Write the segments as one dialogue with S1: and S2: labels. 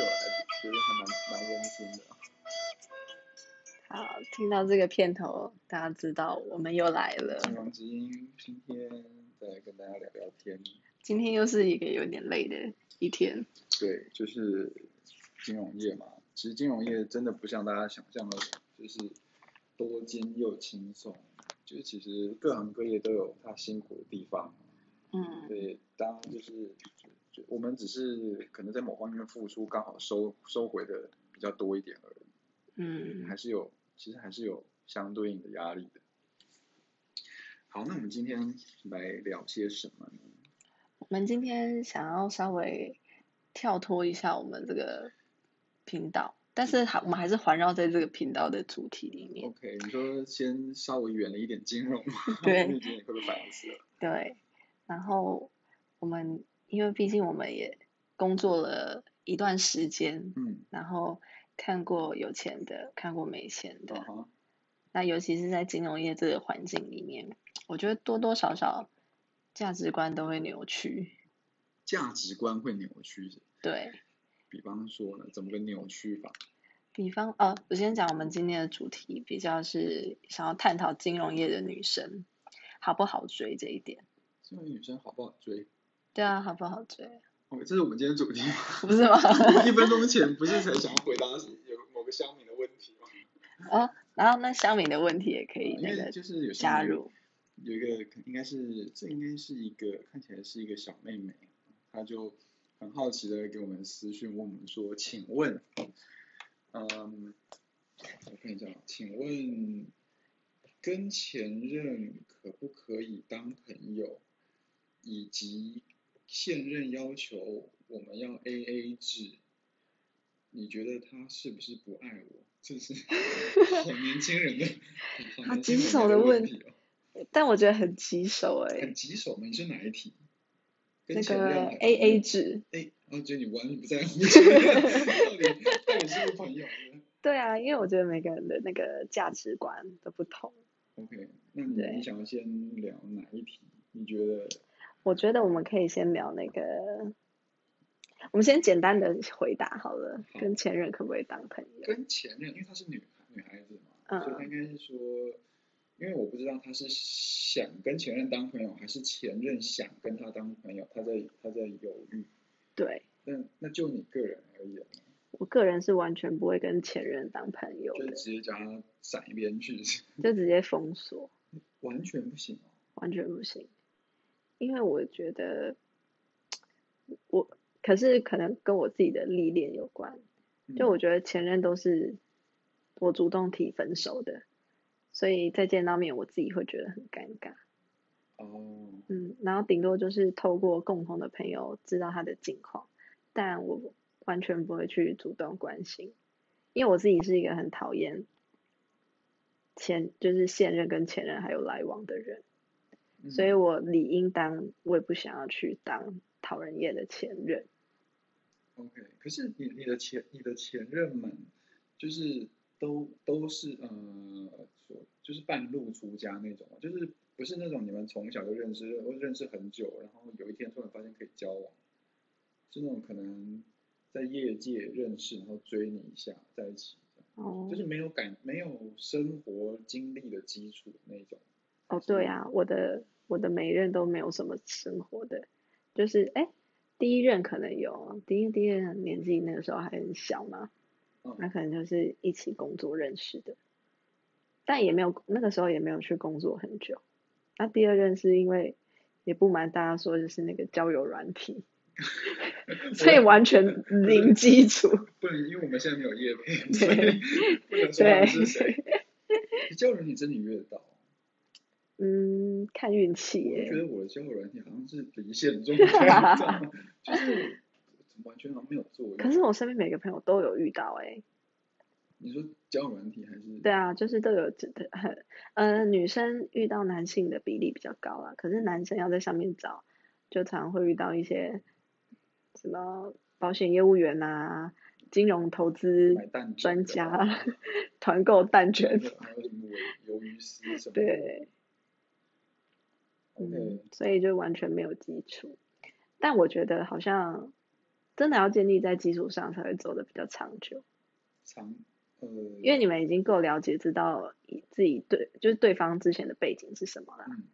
S1: 觉得还蛮蛮温馨的。
S2: 好，听到这个片头，大家知道我们又来了。
S1: 金王基因今天再来跟大家聊聊天，
S2: 今天又是一个有点累的一天，
S1: 对，就是金融业嘛。其实金融业真的不像大家想象的，就是多金又轻松。就是其实各行各业都有它辛苦的地方，
S2: 嗯，
S1: 对，当就是就我们只是可能在某方面付出，刚好收收回的比较多一点而已，
S2: 嗯，
S1: 还是有，其实还是有相对应的压力的。好，那我们今天来聊些什么呢？
S2: 我们今天想要稍微跳脱一下我们这个频道，但是还我们还是环绕在这个频道的主题里面。，
S1: OK，你说先稍微远离一点金融嘛
S2: 对
S1: 你今天也快被烦死了。
S2: 对，然后我们因为毕竟我们也工作了一段时间，
S1: 嗯，
S2: 然后看过有钱的，看过没钱的，
S1: 啊哈，
S2: 那尤其是在金融业这个环境里面，我觉得多多少少价值观都会扭曲。
S1: 价值观会扭曲，
S2: 对
S1: 比方说呢，怎么个扭曲法？
S2: 比方，哦，我先讲我们今天的主题，比较是想要探讨金融业的女生好不好追这一点。
S1: 这位女生好不好追
S2: 对啊，好不好追，
S1: ？OK，这是我们今天的主题 吗。
S2: 不是吗？
S1: 一分钟前不是才想要回答有某个乡民的问题吗？
S2: 哦，然后那香敏的问题也可以
S1: 哦因
S2: 那
S1: 为
S2: 个
S1: 就是有乡
S2: 加
S1: 民
S2: 入，
S1: 有一个可应该是这应该是一个看起来是一个小妹妹，她就很好奇的给我们私讯问我们说，请问，嗯，我看一下啊，请问跟前任可不可以当朋友，以及现任要求我们要 A A 制，你觉得他是不是不爱我？这是 好年轻人的，好
S2: 好
S1: 年轻
S2: 棘
S1: 人
S2: 手
S1: 的
S2: 的问
S1: 题哦。
S2: 但我觉得很棘手哎、
S1: 很棘手吗？你是哪一题？跟
S2: 那
S1: 前
S2: 个
S1: 任
S2: A A 制，
S1: 哎，我觉得你完全不在乎前任到底到底是不是朋友呢
S2: 对啊，因为我觉得每个人的那个价值观都不同。
S1: ？OK，那你
S2: 对
S1: 你想要先聊哪一题？你觉得
S2: 我觉得我们可以先聊那个，我们先简单的回答好了，
S1: 好
S2: 跟前任可不可以当朋友？
S1: 跟前任，因为她是女女孩子嘛，
S2: 嗯
S1: 所以她应该是说，因为我不知道她是想跟前任当朋友，还是前任想跟她当朋友，她在她在犹豫。
S2: 对
S1: 那那就你个人而言，
S2: 我个人是完全不会跟前任当朋友
S1: 就是
S2: 的，
S1: 直接将她闪一边去，
S2: 就直接封锁，
S1: 完全不行哦。
S2: 完全不行。因为我觉得，我可是可能跟我自己的历练有关，
S1: 嗯
S2: 就我觉得前任都是我主动提分手的，所以再见到面我自己会觉得很尴尬。
S1: 哦。
S2: 嗯，然后顶多就是透过共同的朋友知道他的近况，但我完全不会去主动关心，因为我自己是一个很讨厌前就是现任跟前任还有来往的人，所以
S1: 嗯
S2: 我理应当我也不想要去当讨人厌的前任。
S1: OK，可是你你的前你的前任们，就是都都是呃，说就是半路出家那种吗，就是不是那种你们从小就认识，或认识很久，然后有一天突然发现可以交往，是那种可能在业界认识，然后追你一下在一起这样，
S2: 哦
S1: 就是没有感没有生活经历的基础的那种。
S2: 哦，对啊，我的我的每一任都没有什么生活的，就是哎，第一任可能有，第一第一任年纪那个时候还很小嘛，那
S1: 嗯，
S2: 可能就是一起工作认识的，但也没有那个时候也没有去工作很久。那第二任是因为也不瞒大家说，就是那个交友 软体，所以完全零基础。
S1: 不能因为我们现在没有业配，所以不能说他们是谁。交友软体真的约得到。啊
S2: 嗯，看运气
S1: 我就觉
S2: 耶。
S1: 得我的交友软件好像是离线状态，你知 道吗就是完全好像没有作用。
S2: 可是我身边每个朋友都有遇到哎，
S1: 你说交友软体还是
S2: 对啊，就是都有真的很，呃，女生遇到男性的比例比较高啦，可是男生要在上面找，就常会遇到一些什么保险业务员啊、金融投资
S1: 买蛋卷
S2: 专
S1: 的 啊
S2: 家、团购蛋
S1: 还
S2: 卷，
S1: 有还有什么鱿鱼丝什么的？呃
S2: 对，嗯
S1: ，OK，嗯
S2: 嗯，所以就完全没有基础。但我觉得好像真的要建立在基础上才会走得比较长久。
S1: 长呃，
S2: 因为你们已经够了解，知道自己对就是对方之前的背景是什么啦。
S1: 嗯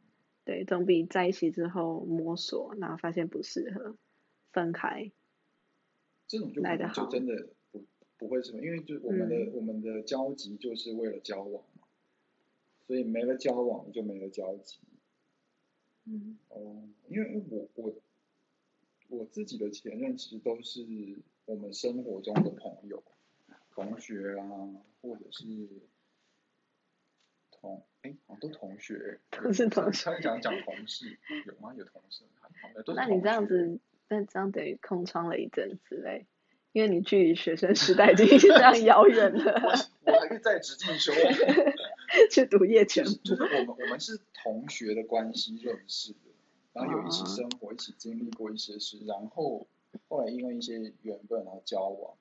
S2: 对，总比在一起之后摸索，然后发现不适合，分
S1: 嗯
S2: 开。
S1: 这种就可
S2: 来得
S1: 能就
S2: 好嗯
S1: 真的不不会什么，因为就我们的、我们的交集就是为了交往嘛，所以没了交往就没了交集。
S2: 嗯
S1: 哦，因为因为我我我自己的前任其实都是我们生活中的朋友、同学啊，或者是同哎，好像都同学，
S2: 都是同
S1: 学。他讲讲同事，有吗？有同事，好像都是
S2: 那你
S1: 同
S2: 这样
S1: 学
S2: 子，那这样等于空窗了一阵子嘞，因为你距离学生时代已经 非常遥远了，
S1: 我还可以再直进修。
S2: 去读夜
S1: 就
S2: 全
S1: 是就
S2: 部。
S1: 是我们我们是同学的关系认识的，然后有一起
S2: 啊
S1: 生活，一起经历过一些事，然后后来因为一些缘分然后交往，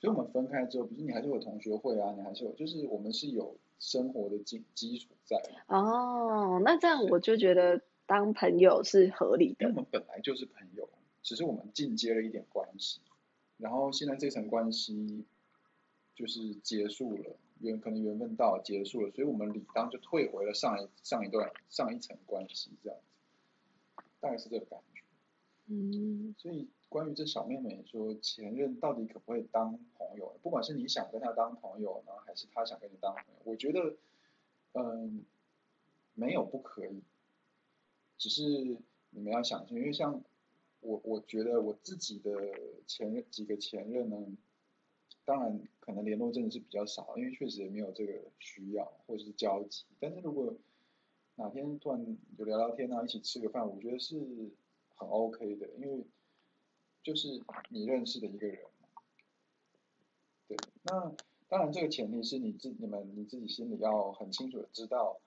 S1: 所以我们分开之后，不是你还是有同学会啊，你还是有，就是我们是有生活的基基础在的，
S2: 哦，那这样我就觉得当朋友是合理
S1: 因为
S2: 的
S1: 我。们本来就是朋友，只是我们进阶了一点关系，然后现在这层关系就是结束了，缘可能缘分到了结束了，所以我们理当就退回了上一上一段上一层关系这样子，大概是这个感觉。
S2: 嗯，
S1: 所以关于这小妹妹说前任到底可不可以当朋友，不管是你想跟她当朋友呢，还是她想跟你当朋友，我觉得，嗯，没有不可以，只是你们要想清楚，因为像我，我觉得我自己的前任几个前任呢，当然可能联络真的是比较少，因为确实也没有这个需要或者是交集，但是如果哪天突然有聊聊天啊，一起吃个饭，我觉得是很 OK 的，因为就是你认识的一个人嘛。对，那当然这个前提是你自你们你自己心里要很清楚的知道，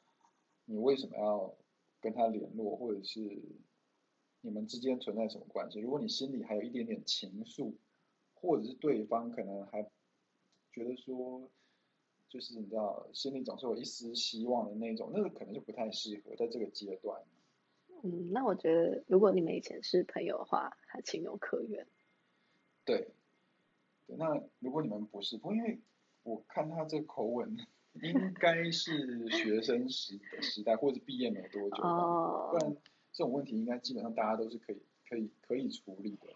S1: 你为什么要跟他联络，或者是你们之间存在什么关系。如果你心里还有一点点情愫，或者是对方可能还觉得说，就是你知道心里总是有一丝希望的那种，那个可能就不太适合在这个阶段。
S2: 嗯，那我觉得如果你们以前是朋友的话，还情有可原。
S1: 对，对，那如果你们不是，不过因为我看他这口吻，应该是学生时的时代或者毕业没多久吧，不
S2: 哦，
S1: 然这种问题应该基本上大家都是可以可以可以处理的。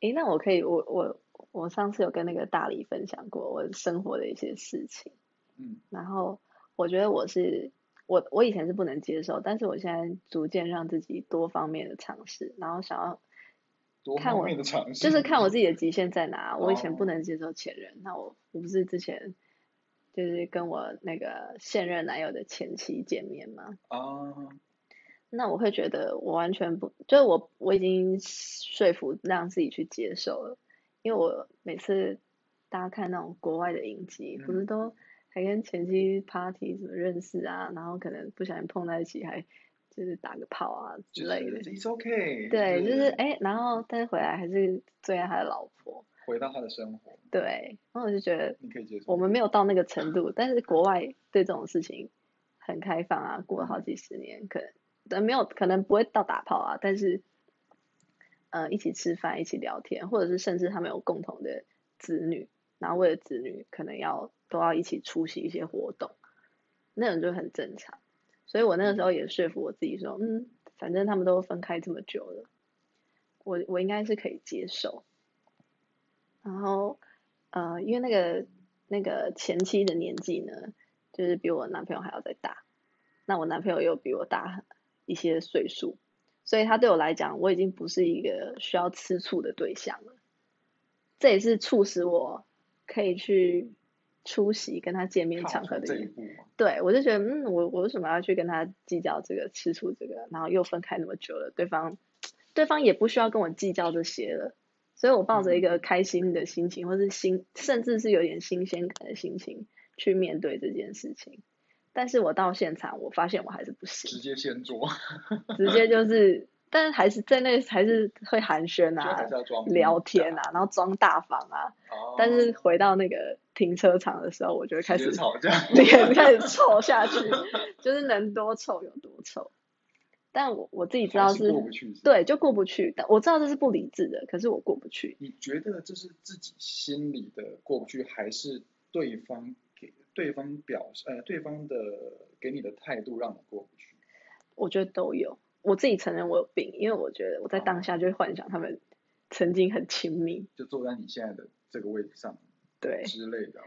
S2: 诶，那我可以，我我我上次有跟那个大理分享过我生活的一些事情，
S1: 嗯，
S2: 然后我觉得我是我我以前是不能接受，但是我现在逐渐让自己多方面的尝试，然后想要
S1: 多
S2: 看
S1: 方
S2: 我
S1: 面的尝试，
S2: 就是看我自己的极限在哪。我以前不
S1: 哦
S2: 能接受前任，那我我不是之前就是跟我那个现任男友的前妻见面嘛，
S1: 啊，
S2: 那我会觉得我完全不，就是我我已经说服让自己去接受了，因为我每次大家看那种国外的影集，不是
S1: 嗯
S2: 都还跟前妻 party 怎么认识啊，然后可能不小心碰在一起，还就是打个炮啊之
S1: 就
S2: 类
S1: 是
S2: 的，
S1: it's okay，
S2: 对，就是
S1: 对
S2: 哎，然后但是回来还是最爱他的老婆，
S1: 回到他的生活，
S2: 对，然后我就觉得
S1: 你可以接受
S2: 我们没有到那个程度，但是国外对这种事情很开放啊，过了好
S1: 嗯
S2: 几十年，可能但没有可能不会到打炮啊，但是呃一起吃饭、一起聊天，或者是甚至他们有共同的子女，然后为了子女可能要都要一起出席一些活动，那种就很正常。所以我那个时候也说服我自己说，嗯，反正他们都分开这么久了，我我应该是可以接受。然后，呃，因为那个那个前妻的年纪呢，就是比我男朋友还要再大，那我男朋友又比我大一些岁数，所以他对我来讲，我已经不是一个需要吃醋的对象了。这也是促使我可以去出席跟他见面
S1: 踏
S2: 场合
S1: 出
S2: 的
S1: 这
S2: 原
S1: 一
S2: 因。
S1: 步嘛，
S2: 对，我就觉得，嗯，我我为什么要去跟他计较这个吃醋这个，然后又分开那么久了，对方对方也不需要跟我计较这些了，所以我抱着一个
S1: 嗯
S2: 开心的心情，或是新，甚至是有点新鲜感的心情去面对这件事情。但是我到现场，我发现我还是不
S1: 直
S2: 行，
S1: 接先 做，
S2: 直接就是，但是还是在那还是会寒暄
S1: 就还
S2: 啊、
S1: 是要装逼
S2: 聊
S1: 一
S2: 天
S1: 下
S2: 啊，然后装大方啊。但是
S1: 哦
S2: 回到那个停车场的时候，我就会开
S1: 直接
S2: 始
S1: 吵架，
S2: 脸开始臭下去，就是能多臭有多臭。但我我自己知
S1: 还
S2: 道
S1: 是过不去是吧
S2: 对，就过不去。但我知道这是不理智的，可是我过不去。
S1: 你觉得这是自己心里的过不去，还是对方给对方表示呃对方的给你的态度让你过不去？
S2: 我觉得都有。我自己承认我有病，因为我觉得我在当下就会幻想他们曾经很亲密，
S1: 就坐在你现在的这个位置上
S2: 对
S1: 之类的，哦，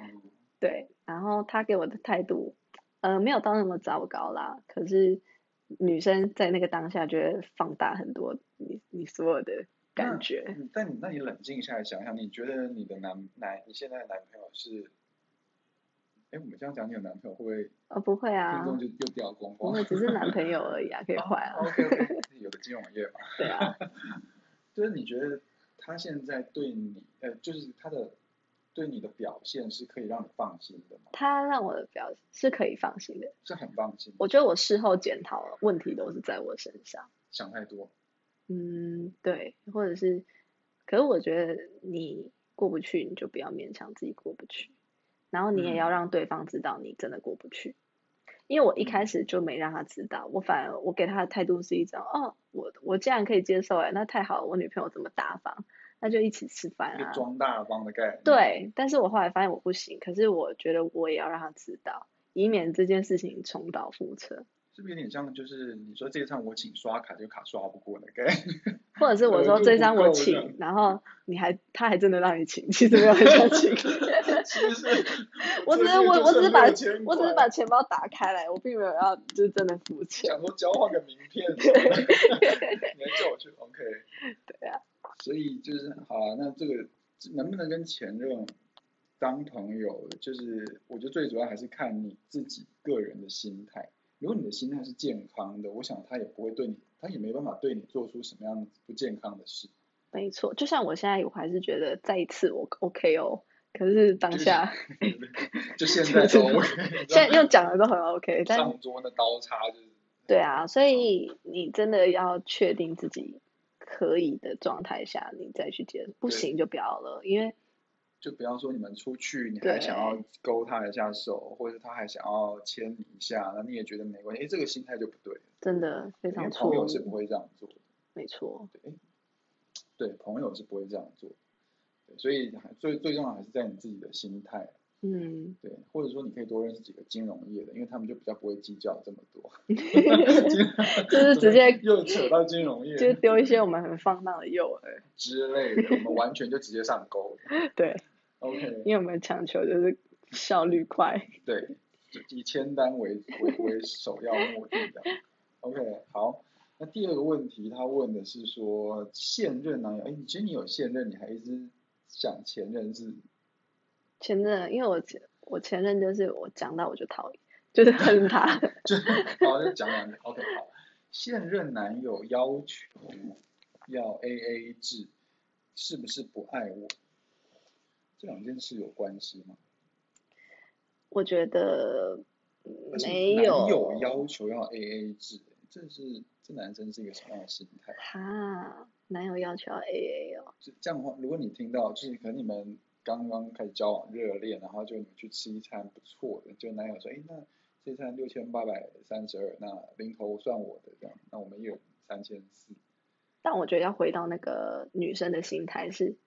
S2: 对。然后他给我的态度，呃，没有到那么糟糕啦。可是女生在那个当下就会放大很多你你所有的
S1: 那
S2: 感觉。
S1: 嗯但你那你冷静下来想想，你觉得你的男男你现在的男朋友是？哎，我们这样讲，你有男朋友会不会
S2: 呃，不会啊
S1: 听，众就又掉光
S2: 不
S1: 光？
S2: 会，只是男朋友而已啊，可以换啊，
S1: OK OK，有 的金融业嘛，
S2: 对啊。
S1: 就是你觉得他现在对你，呃，就是他的对你的表现是可以让你放心的吗？
S2: 他让我的表是可以放心的。
S1: 是很放心的，
S2: 我觉得我事后检讨了问题都是在我身上，
S1: 想太多，
S2: 嗯，对，或者是，可是我觉得你过不去，你就不要勉强自己过不去，然后你也要
S1: 嗯
S2: 让对方知道你真的过不去。因为我一开
S1: 嗯
S2: 始就没让他知道，我反而我给他的态度是一种，哦，我我竟然可以接受哎，那太好了，我女朋友这么大方，那就一起吃饭
S1: 一个
S2: 啊，
S1: 装大方的概念。，
S2: 对，但是我后来发现我不行，可是我觉得我也要让他知道，以免这件事情重蹈覆辙，
S1: 是不是有点像就是你说这一场我请刷卡，就卡刷不过的概念？
S2: 或者是我
S1: 额
S2: 说
S1: 度
S2: 这
S1: 不
S2: 张我
S1: 够这样
S2: 请，然后你还他还真的让你请，其实没有很想 请，
S1: 是不是？
S2: 我只
S1: 这
S2: 是
S1: 个月
S2: 我
S1: 就
S2: 我只
S1: 剩
S2: 是把
S1: 6000
S2: 我只是
S1: 块
S2: 把钱包打开来，我并没有要就是真的付钱，
S1: 想说交换个名 片什么的， 你还叫我去 OK？
S2: 对啊，
S1: 所以就是好啊，那这个能不能跟前任当朋友，就是我觉得最主要还是看你自己个人的心态。如果你的心态是健康的，我想他也不会对你，他也没办法对你做出什么样不健康的事。
S2: 没错，就像我现在我还是觉得再一次我 OK 哦，可是当
S1: 就是
S2: 下
S1: 就 现在都 OK，
S2: 现在又讲的都很 OK，但
S1: 上桌那刀叉就是
S2: 对啊，所以你真的要确定自己可以的状态下，你再去接，不
S1: 对
S2: 行就不要了，因为
S1: 就比方说你们出去，你还想要勾他一下手，或者是他还想要牵你一下，那你也觉得没关系，哎，这个心态就不对了，
S2: 真的非
S1: 因为
S2: 常
S1: 朋
S2: 错
S1: 友是
S2: 误，
S1: 不会这样做的。
S2: 没错，
S1: 对，诶对，朋友是不会这样做的。对，所以还最最重要还是在你自己的心态，
S2: 嗯，
S1: 对，或者说你可以多认识几个金融业的，因为他们就比较不会计较这么多。金
S2: 就是直接
S1: 又扯到金融
S2: 就
S1: 业
S2: 丢一些我们很放荡的诱饵，
S1: 之类的，我们完全就直接上钩。
S2: 对，
S1: OK，
S2: 因为我们强求就是效率快，
S1: 对，就以签单为为为首要目的的。OK，好，那第二个问题他问的是说现任男友，哎，你觉得你有现任，你还一直想前任是？
S2: 前任，因为我前我前任就是我讲到我就讨厌，就是恨他，
S1: 就好，就讲两个。OK，好，现任男友要求要 AA 制，是不是不爱我？这两件事有关系吗？
S2: 我觉得
S1: 而且
S2: 没
S1: 男
S2: 有
S1: 友要求要 AA 制，这是这男生是一个什么样的心态？
S2: 哈，男友要求要 AA 哦，
S1: 这这样的话，如果你听到就是可能你们刚刚开始交往热恋，然后就你们去吃一餐不错的，就男友说，哎，那这餐六千八百三十二，那零头算我的，这样，那我们一人三千四。
S2: 但我觉得要回到那个女生的心态是，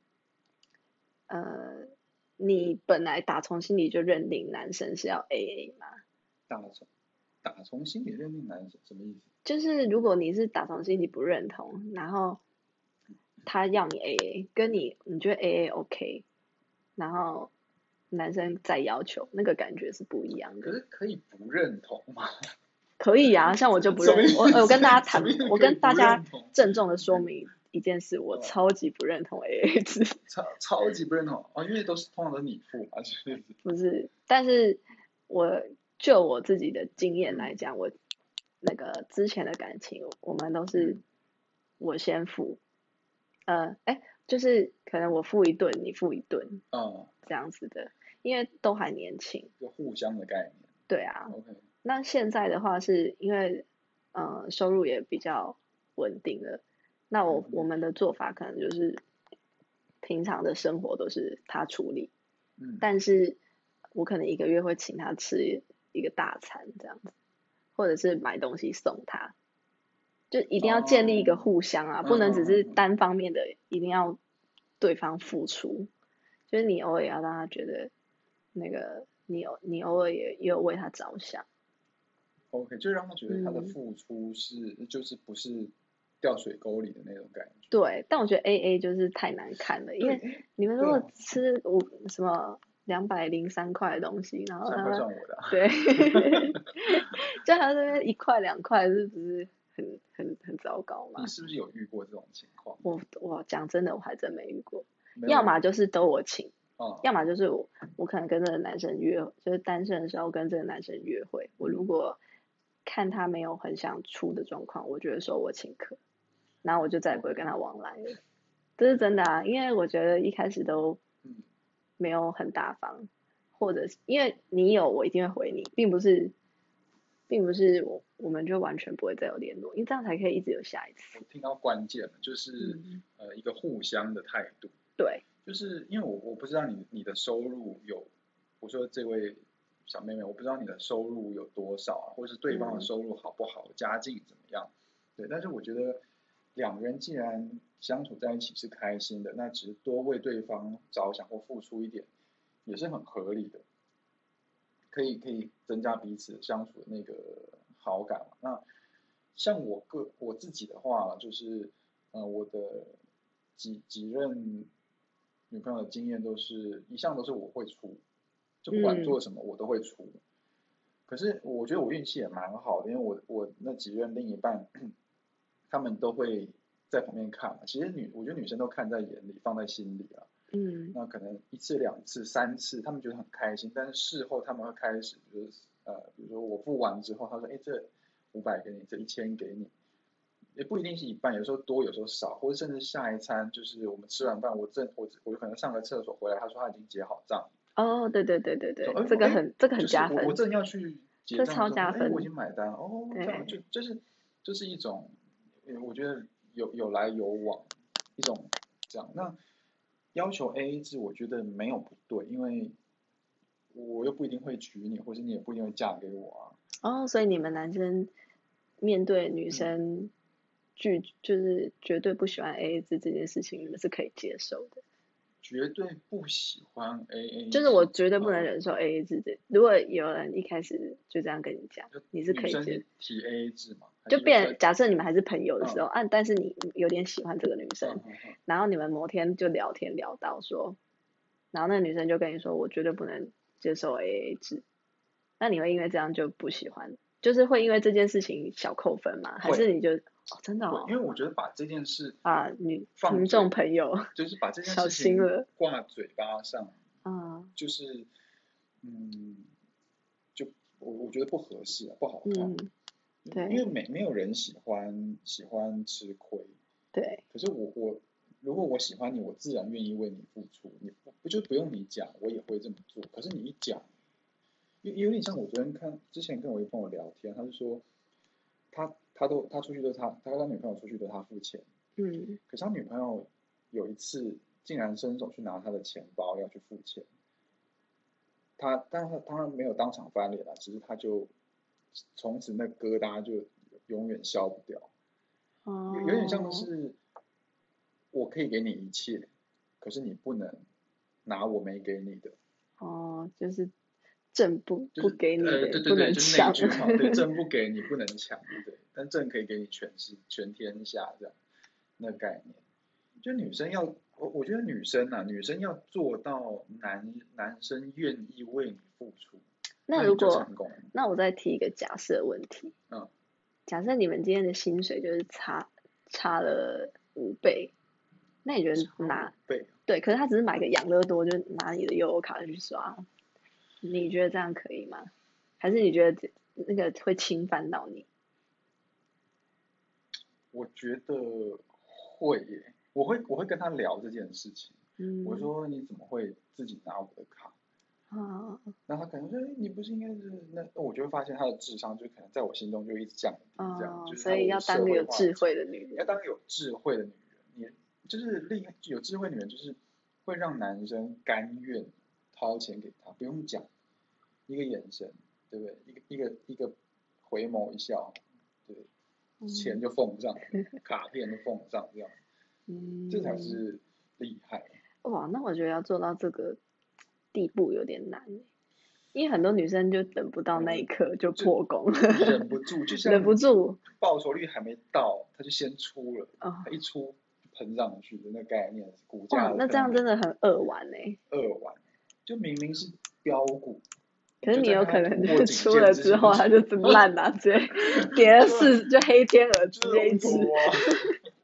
S2: 呃，你本来打从心里就认定男生是要 AA 嘛，
S1: 打从打从心里认定男生什么意思？
S2: 就是如果你是打从心里不认同，然后他要你 AA，跟你你觉得 AA OK，然后男生再要求，那个感觉是不一样
S1: 可
S2: 的。
S1: 是可以不认同吗？
S2: 可以啊，像我就不
S1: 什
S2: 认
S1: 么意，思
S2: 我呃我跟大 家
S1: 什
S2: 谈
S1: 么意思，
S2: 我
S1: 可以
S2: 跟
S1: 不
S2: 大家
S1: 认同
S2: 郑重的说明一件事，我
S1: 哦
S2: 超级不认同 AA 制。
S1: 超超级不认同哦，因为都是通常都是你付嘛，就是
S2: 不是，但是我就我自己的经验来讲，我那个之前的感情，我们都是
S1: 嗯
S2: 我先付，呃，哎，就是可能我付一顿，你付一顿
S1: 嗯，
S2: 这样子的，因为都还年轻，
S1: 一个互相的概念。
S2: 对啊。
S1: OK，
S2: 那现在的话，是因为呃收入也比较稳定了，那我我们的做法可能就是平常的生活都是他处理，
S1: 嗯，
S2: 但是我可能一个月会请他吃一个大餐这样子，或者是买东西送他。就一定要建立一个
S1: 哦
S2: 互相啊，不能只
S1: 嗯嗯
S2: 是
S1: 嗯嗯
S2: 单方面的，一定要对方付出，就是你偶尔也要让他觉得那个你偶你偶尔也也有为他着想，
S1: OK，就让他觉得他的
S2: 嗯
S1: 付出是、就是不是掉水沟里的那种感觉。
S2: 对。但我觉得 A A 就是太难看了，因为
S1: 对，
S2: 你们如
S1: 对
S2: 果
S1: 啊
S2: 吃我什么两百零三块的东西，然后
S1: 三
S2: 让
S1: 块
S2: 他
S1: 算我的啊、
S2: 对， 就他这边一块两块，是不是很很很糟糕嘛
S1: 你？是不是有遇过这种情况？
S2: 我我讲真的，我还真没遇过，
S1: 没有
S2: 要么就是都我请。
S1: 啊，
S2: 要么就是我我可能跟这个男生约，就是单身的时候跟这个男生约会，我如果看他没有很想出的状况，我就会说我请客，然后我就再也不会跟他往来了。这是真的啊，因为我觉得一开始都
S1: 嗯
S2: 没有很大方，或者是因为你有我一定会回你，并不是，并不是我我们就完全不会再有联络，因为这样才可以一直有下一次
S1: 我。听到关键了，就是、
S2: 嗯，
S1: 呃一个互相的态度，
S2: 对，
S1: 就是因为我我不知道你你的收入有，我说这位小妹妹，我不知道你的收入有多少啊，或是对方的
S2: 嗯
S1: 收入好不好，家境怎么样，对，但是我觉得两个人既然相处在一起是开心的，那只是多为对方着想或付出一点，也是很合理的，可以可以增加彼此相处的那个好感嘛。那像我个我自己的话，就是呃我的几几任女朋友的经验都是一向都是我会出，就不管
S2: 嗯
S1: 做什么我都会出。可是我觉得我运气也蛮好的，因为我我那几任另一半， 他们都会在旁边看嘛。其实女我觉得女生都看在眼里，放在心里啊。
S2: 嗯
S1: 那可能一次、两次、三次，他们觉得很开心，但是事后他们会开始就是呃，比如说我付完之后，他说：“哎，这五百给你，这一千给你。”也不一定是一半，有时候多，有时候少，或者甚至下一餐就是我们吃完饭，我正我我可能上个厕所回来，他说他已经结好账，
S2: 哦，对对对对对
S1: 说哎，
S2: 这个
S1: 哎
S2: 很这个很
S1: 就是
S2: 加分
S1: 我我。正要去结账
S2: 这
S1: 的时
S2: 超
S1: 候，
S2: 加
S1: 哎
S2: 分
S1: 我已经买单了哦，这样就就是就是一种，呃我觉得有有来有往，一种这样。那要求 AA 制，我觉得没有不对，因为我又不一定会娶你，或者你也不一定会嫁给我啊。
S2: 哦，所以你们男生面对女
S1: 嗯
S2: 生拒，就是绝对不喜欢 AA 制这件事情，你们是可以接受
S1: 嗯
S2: 的。
S1: 绝对不喜欢 AA，
S2: 就是我绝对不能
S1: 嗯
S2: 忍受 AA 制这，如果有人一开始就这样跟你讲，
S1: 制
S2: 你是
S1: 女
S2: 可以
S1: 生
S2: 接，
S1: 提 AA 制嘛，还
S2: 就是变
S1: 在
S2: 假设你们还是朋友的时候，啊，但是你有点喜欢这个女
S1: 嗯
S2: 生，
S1: 嗯嗯
S2: 然后你们某天就聊天聊到说，然后那个女生就跟你说，我绝对不能接受 AA 制，那你会因为这样就不喜欢，就是会因为这件事情小扣分吗？还
S1: 会
S2: 是你就哦真的哦
S1: 对，因为我觉得把这件事
S2: 啊女
S1: 放
S2: 听
S1: 着
S2: 众朋友
S1: 就是把这件
S2: 小
S1: 事情
S2: 心了
S1: 挂嘴巴上，
S2: 啊
S1: 就是，嗯，就我我觉得不合适啊，不好看，
S2: 嗯对
S1: 因为没没有人喜欢喜欢吃亏，
S2: 对
S1: 可是我我如果我喜欢你，我自然愿意为你付出，你不不就不用你讲，我也会这么做。可是你一讲，有有点像我昨天看之前跟我一个朋友聊天，他就说，他他都他出去都是他他跟他女朋友出去都他付钱。
S2: 嗯
S1: 可是他女朋友有一次竟然伸手去拿他的钱包要去付钱，他但他当然没有当场翻脸了，只是他就从此那疙瘩就永远消不掉，有有点像
S2: 哦
S1: 是我可以给你一切，可是你不能拿我没给你的，
S2: 哦就是朕不
S1: 就
S2: 不
S1: 是
S2: 给你
S1: 呃
S2: 的
S1: 对对
S2: 不
S1: 对，
S2: 能
S1: 就是那一
S2: 抢，
S1: 句 话，对，朕不给你不能抢，对，但朕可以给你全世全天下这样，那个概念，就女生要，我我觉得女生啊，女生要做到男男生愿意为你付出，
S2: 那
S1: 你
S2: 如
S1: 就
S2: 果
S1: 成功了，
S2: 那我再提一个假设问题，
S1: 嗯，
S2: 假设你们今天的薪水就是差差了五倍，那你觉得拿
S1: 对，
S2: 对？可是他只是买个养乐多，就拿你的悠游卡去刷，你觉得这样可以吗？还是你觉得这那个会侵犯到你？
S1: 我觉得会耶，我会我会跟他聊这件事情，
S2: 嗯，
S1: 我说你怎么会自己拿我的卡？
S2: 啊，
S1: 那他可能说，哎，你不是应该是那，那我就会发现他的智商就可能在我心中就一直降低，这样，
S2: 哦
S1: 就是
S2: 所
S1: 他
S2: 以
S1: 无
S2: 要
S1: 社
S2: 当个
S1: 会
S2: 有
S1: 化
S2: 智
S1: 的
S2: 慧的女
S1: 要
S2: 人。
S1: 当有智慧的女人，你就是另有智慧女人，就是会让男生甘愿掏钱给她，不用讲，一个眼神，对不对？一个一个一个回眸一笑，对，钱就奉上， 卡片就奉上，这样
S2: 嗯，
S1: 这才是厉 害。
S2: 哇，那我觉得要做到这个地步有点难耶，因为很多女生就等不到那一刻就
S1: 嗯就
S2: 破功了，
S1: 忍不住，就像
S2: 忍不住
S1: 报酬率还没到，它就先出了，
S2: 哦
S1: 它。一出就膨胀去的那概念，股价
S2: 哇，那这样真的很恶玩欸呢、
S1: 二完，就明明是标股，
S2: 可是你有可能就出了之 后，它
S1: 它
S2: 就真的烂了、直接跌了四，就黑天鹅直接一
S1: 就是
S2: 只。
S1: 龙头啊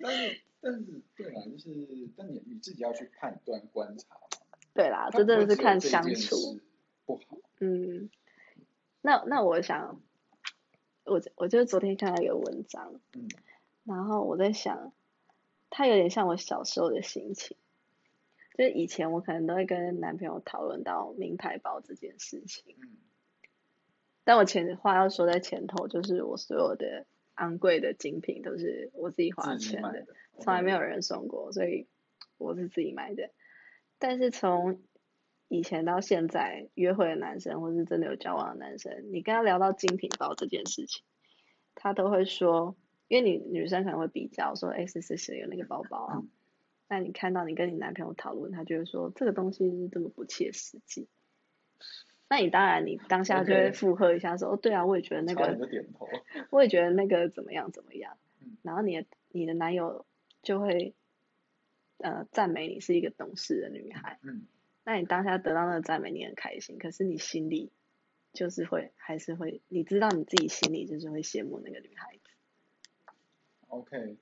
S1: 但是但是对啊，就是但你你自己要去判断观察嘛，
S2: 对啦，
S1: 它
S2: 啊这
S1: 不
S2: 真的
S1: 会
S2: 是
S1: 只有
S2: 看
S1: 这一
S2: 相
S1: 件
S2: 处。
S1: 事不好，
S2: 嗯，那那我想，我我就是昨天看到一个文章，
S1: 嗯
S2: 然后我在想，它有点像我小时候的心情，就是以前我可能都会跟男朋友讨论到名牌包这件事情，
S1: 嗯
S2: 但我前话要说在前头，就是我所有的昂贵的精品都是我自己花
S1: 自己
S2: 钱
S1: 买
S2: 的，
S1: 的，
S2: 从来没有人送过，所以我是自己买的。但是从以前到现在，约会的男生或是真的有交往的男生，你跟他聊到精品包这件事情，他都会说，因为你女生可能会比较说，哎，谁谁谁有那个包包啊？那你看到你跟你男朋友讨论，他就会说这个东西是这么不切实际。那你当然，你当下就会
S1: OK
S2: 附和一下说，哦，对啊，我也觉得那
S1: 差
S2: 个
S1: 点就点头，
S2: 我也觉得那个怎么样怎么样
S1: 嗯，
S2: 然后你的你的男友就会呃赞美你是一个懂事的女孩，
S1: 嗯，
S2: 那你当下得到那个赞美，你很开心，可是你心里就是会还是会，你知道你自己心里就是会羡慕那个女孩子，
S1: OK，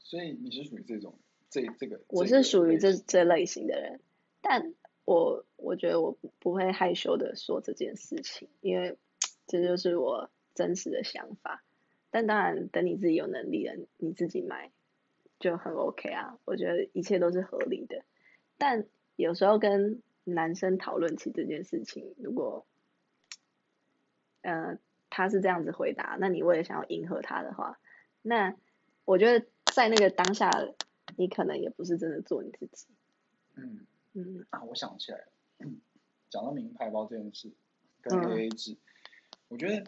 S1: 所以你是属于这种这这个，
S2: 我
S1: 个
S2: 是属于
S1: 类
S2: 这
S1: 型
S2: 这类型的人，但我我觉得我不不会害羞的说这件事情，因为这就是我真实的想法。但当然，等你自己有能力了，你自己买就很 OK 啊。我觉得一切都是合理的。但有时候跟男生讨论起这件事情，如果呃他是这样子回答，那你为了想要迎合他的话，那我觉得在那个当下，你可能也不是真的做你自己。
S1: 嗯。
S2: 嗯，
S1: 啊，我想起来了，讲到名牌包这件事，跟
S2: 嗯
S1: AA 制，我觉得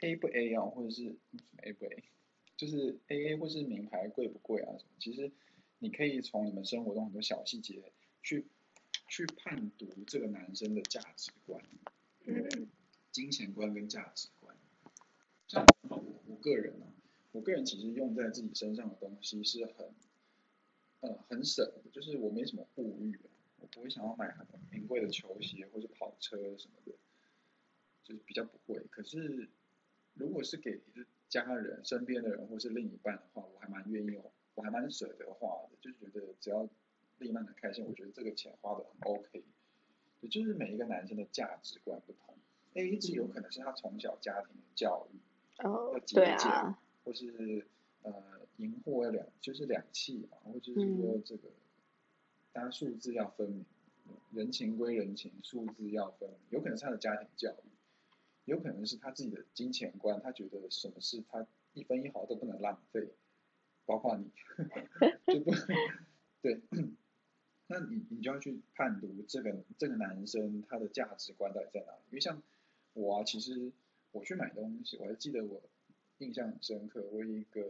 S1: A 不 A 啊，或者是嗯什么 A 不 A，就是 AA 或是名牌贵不贵啊什么，其实你可以从你们生活中很多小细节去去判读这个男生的价值观、
S2: 嗯
S1: 金钱观跟价值观。像我我个人啊，我个人其实用在自己身上的东西是很，呃，很省的，就是我没什么物欲、啊，我不会想要买很名贵的球鞋或者跑车什么的，就是比较不会。可是如果是给家人、身边的人或是另一半的话，我还蛮愿意，我还蛮舍得花的，就是觉得只要另一半很开心，我觉得这个钱花的很 OK。也就是每一个男生的价值观不同，A 制有可能是他从小家庭的教育，
S2: 哦
S1: 要，节
S2: 对
S1: 俭
S2: 啊，
S1: 或是呃赢货要两就是两气嘛，或者是
S2: 嗯
S1: 说这个，当然数字要分明，人情归人情，数字要分明，有可能是他的家庭教育，有可能是他自己的金钱观，他觉得什么事他一分一毫都不能浪费，包括你， 就不对。那你你就要去判读这个这个男生他的价值观到底在哪里？因为像我啊，其实我去买东西，我还记得我印象很深刻，我有一个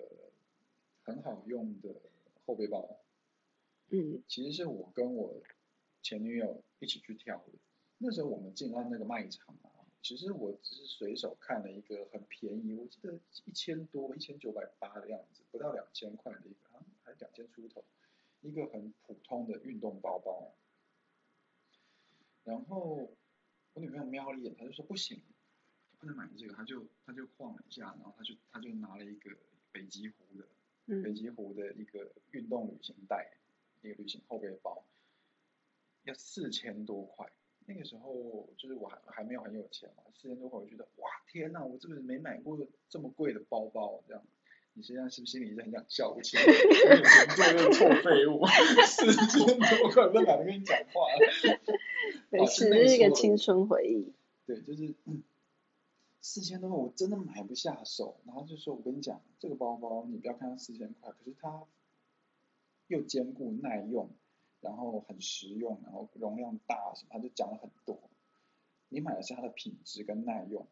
S1: 很好用的后背包，
S2: 嗯
S1: 其实是我跟我前女友一起去挑的。那时候我们进到那个卖场啊，其实我只是随手看了一个很便宜，我记得一千多、一千九百八的样子，不到两千块的一个，好像还两千出头，一个很普通的运动包包。啊然后我女朋友瞄了一眼，她就说不行，不能买这个，她就她就晃了一下，然后她就她就拿了一个北极狐的北
S2: 嗯，
S1: 极狐的一个运动旅行袋，一个旅行后背包，要四千多块。那个时候就是我还还没有很有钱嘛，四千多块，我觉得哇天呐，我这辈子没买过这么贵的包包，这样。你现在是不是心里一直很想笑？我其实我有钱做那个臭废物，四千多块，我都懒得跟你讲话了。
S2: 没
S1: 哦
S2: 事，
S1: 是那
S2: 这
S1: 个
S2: 是一个
S1: 时候
S2: 青春回忆。
S1: 对，就是四千多块，我真的买不下手。然后就说，我跟你讲，这个包包你不要看它四千块，可是它又坚固耐用，然后很实用，然后容量大什么，他就讲了很多。你买的是它的品质跟耐用，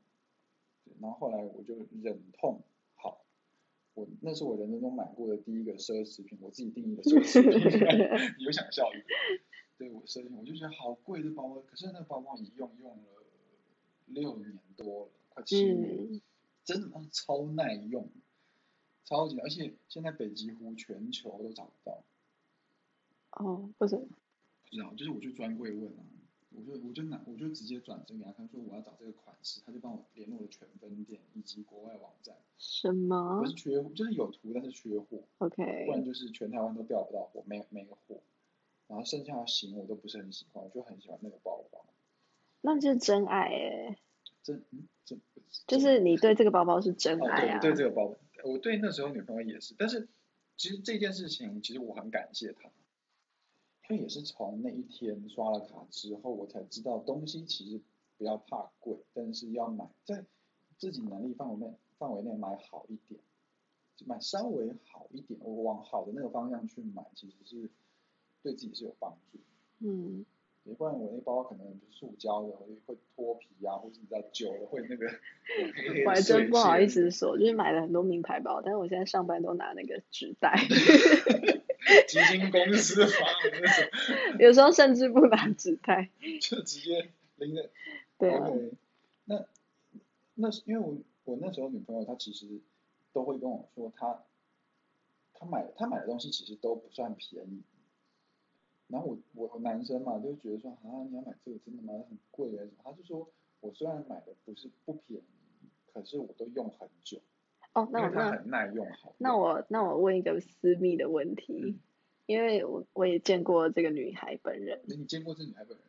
S1: 对然后后来我就忍痛，好，我那是我人生中买过的第一个奢侈品，我自己定义的奢侈品， 有想效益。对我奢侈品，我就觉得好贵的包包，可是那个包包一用用了六年多了，快七年，
S2: 嗯，
S1: 真的妈超耐用，超级，而且现在北极湖全球都找不到。
S2: 哦，为什么？
S1: 不知道，就是我去专柜问啊，我就我就拿我就直接转身给他看，说我要找这个款式，他就帮我联络了全分店以及国外网站，
S2: 什
S1: 不
S2: 么
S1: 是缺，就是有图但是缺货，不然
S2: ？OK，
S1: 就是全台湾都调不到货，没没货，然后剩下的型我都不是很喜欢，我就很喜欢那个包包，
S2: 那就是真爱诶，
S1: 真嗯真
S2: 就是你对这个包包是真
S1: 哦
S2: 爱
S1: 对，
S2: 啊
S1: 我。对这个包包，我对那时候女朋友也是，但是其实这件事情其实我很感谢她。因为也是从那一天刷了卡之后，我才知道东西其实不要怕贵，但是要买在自己能力范围内范围内买好一点，就买稍微好一点，我往好的那个方向去买，其实是对自己是有帮助的。
S2: 嗯，
S1: 也不然我那包包可能是塑胶的，会会脱皮啊，或者你知道久了会那个 有黑黑的
S2: 我还真
S1: 碎
S2: 不好
S1: 屑
S2: 意思说，就是买了很多名牌包，但是我现在上班都拿那个纸袋，
S1: 基金公司发的那种，
S2: 有时候甚至不拿纸袋。
S1: 就直接拎着。
S2: 对啊，
S1: OK，那那是因为我我那时候女朋友她其实都会跟我说她，她买她买的东西其实都不算便宜。然后我我我男生嘛就觉得说啊你要买这个真的吗？很贵啊耶什么？他就说我虽然买的不是不便宜，可是我都用很久，
S2: 哦，
S1: 因
S2: 那我
S1: 为它
S2: 那
S1: 很耐用好用。
S2: 那我那我问一个私密的问题
S1: 嗯，
S2: 因为我我也见过这个女孩本人，
S1: 你见过这女孩本人？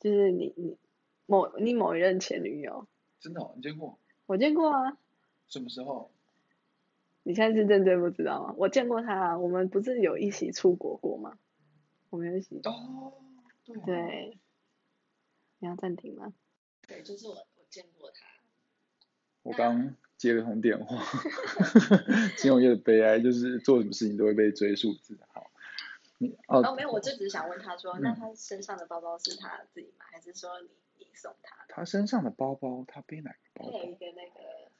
S2: 就是你你某你某一任前女友，
S1: 真的、哦？你见过？
S2: 我见过啊。
S1: 什么时候？
S2: 你现在是认真不知道吗？我见过她啊，我们不是有一起出国过吗？我们有一起
S1: 哦，对、哦，
S2: 对，你要暂停吗？对，就是我我见过他。
S1: 我刚接了通电 话，金融业的悲哀就是做什么事情都会被追数字。好，你哦，
S2: 哦，没有，我就只是想问他说，那
S1: 嗯
S2: 他身上的包包是他自己买，还是说你你送他的？
S1: 他身上的包包，他背哪个包
S2: 他有一
S1: 包？
S2: 个那个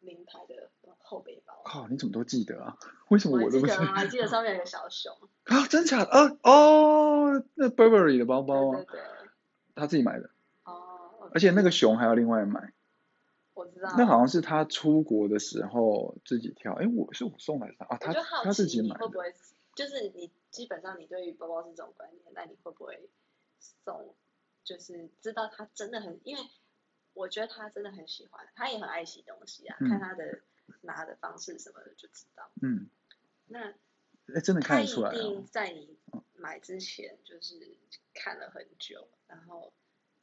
S2: 名牌的后背包，
S1: 靠，你怎么都记得啊？为什么
S2: 还
S1: 我都
S2: 记
S1: 不
S2: 得
S1: 记
S2: 啊，还记得上面有个小 熊，
S1: 啊，真假的？啊哦，那 Burberry 的包包
S2: 对对
S1: 啊，
S2: 对，
S1: 他自己买的，
S2: 哦，OK，
S1: 而且那个熊还要另外买。
S2: 我知道，
S1: 那好像是他出国的时候自己挑，哎，我是我送来的啊，
S2: 我
S1: 他
S2: 就好
S1: 他自
S2: 奇
S1: 己
S2: 你
S1: 买
S2: 会不
S1: 的。
S2: 会，就是你基本上你对于包包是这种观念，那你会不会送？就是知道他真的很，因为我觉得他真的很喜欢，他也很爱惜东西啊，看
S1: 嗯
S2: 他的拿的方式什么的就知道。
S1: 嗯，
S2: 那
S1: 哎，真的看
S2: 他
S1: 得
S2: 一
S1: 出来
S2: 定
S1: 哦。
S2: 在你买之前就是看了很久，然后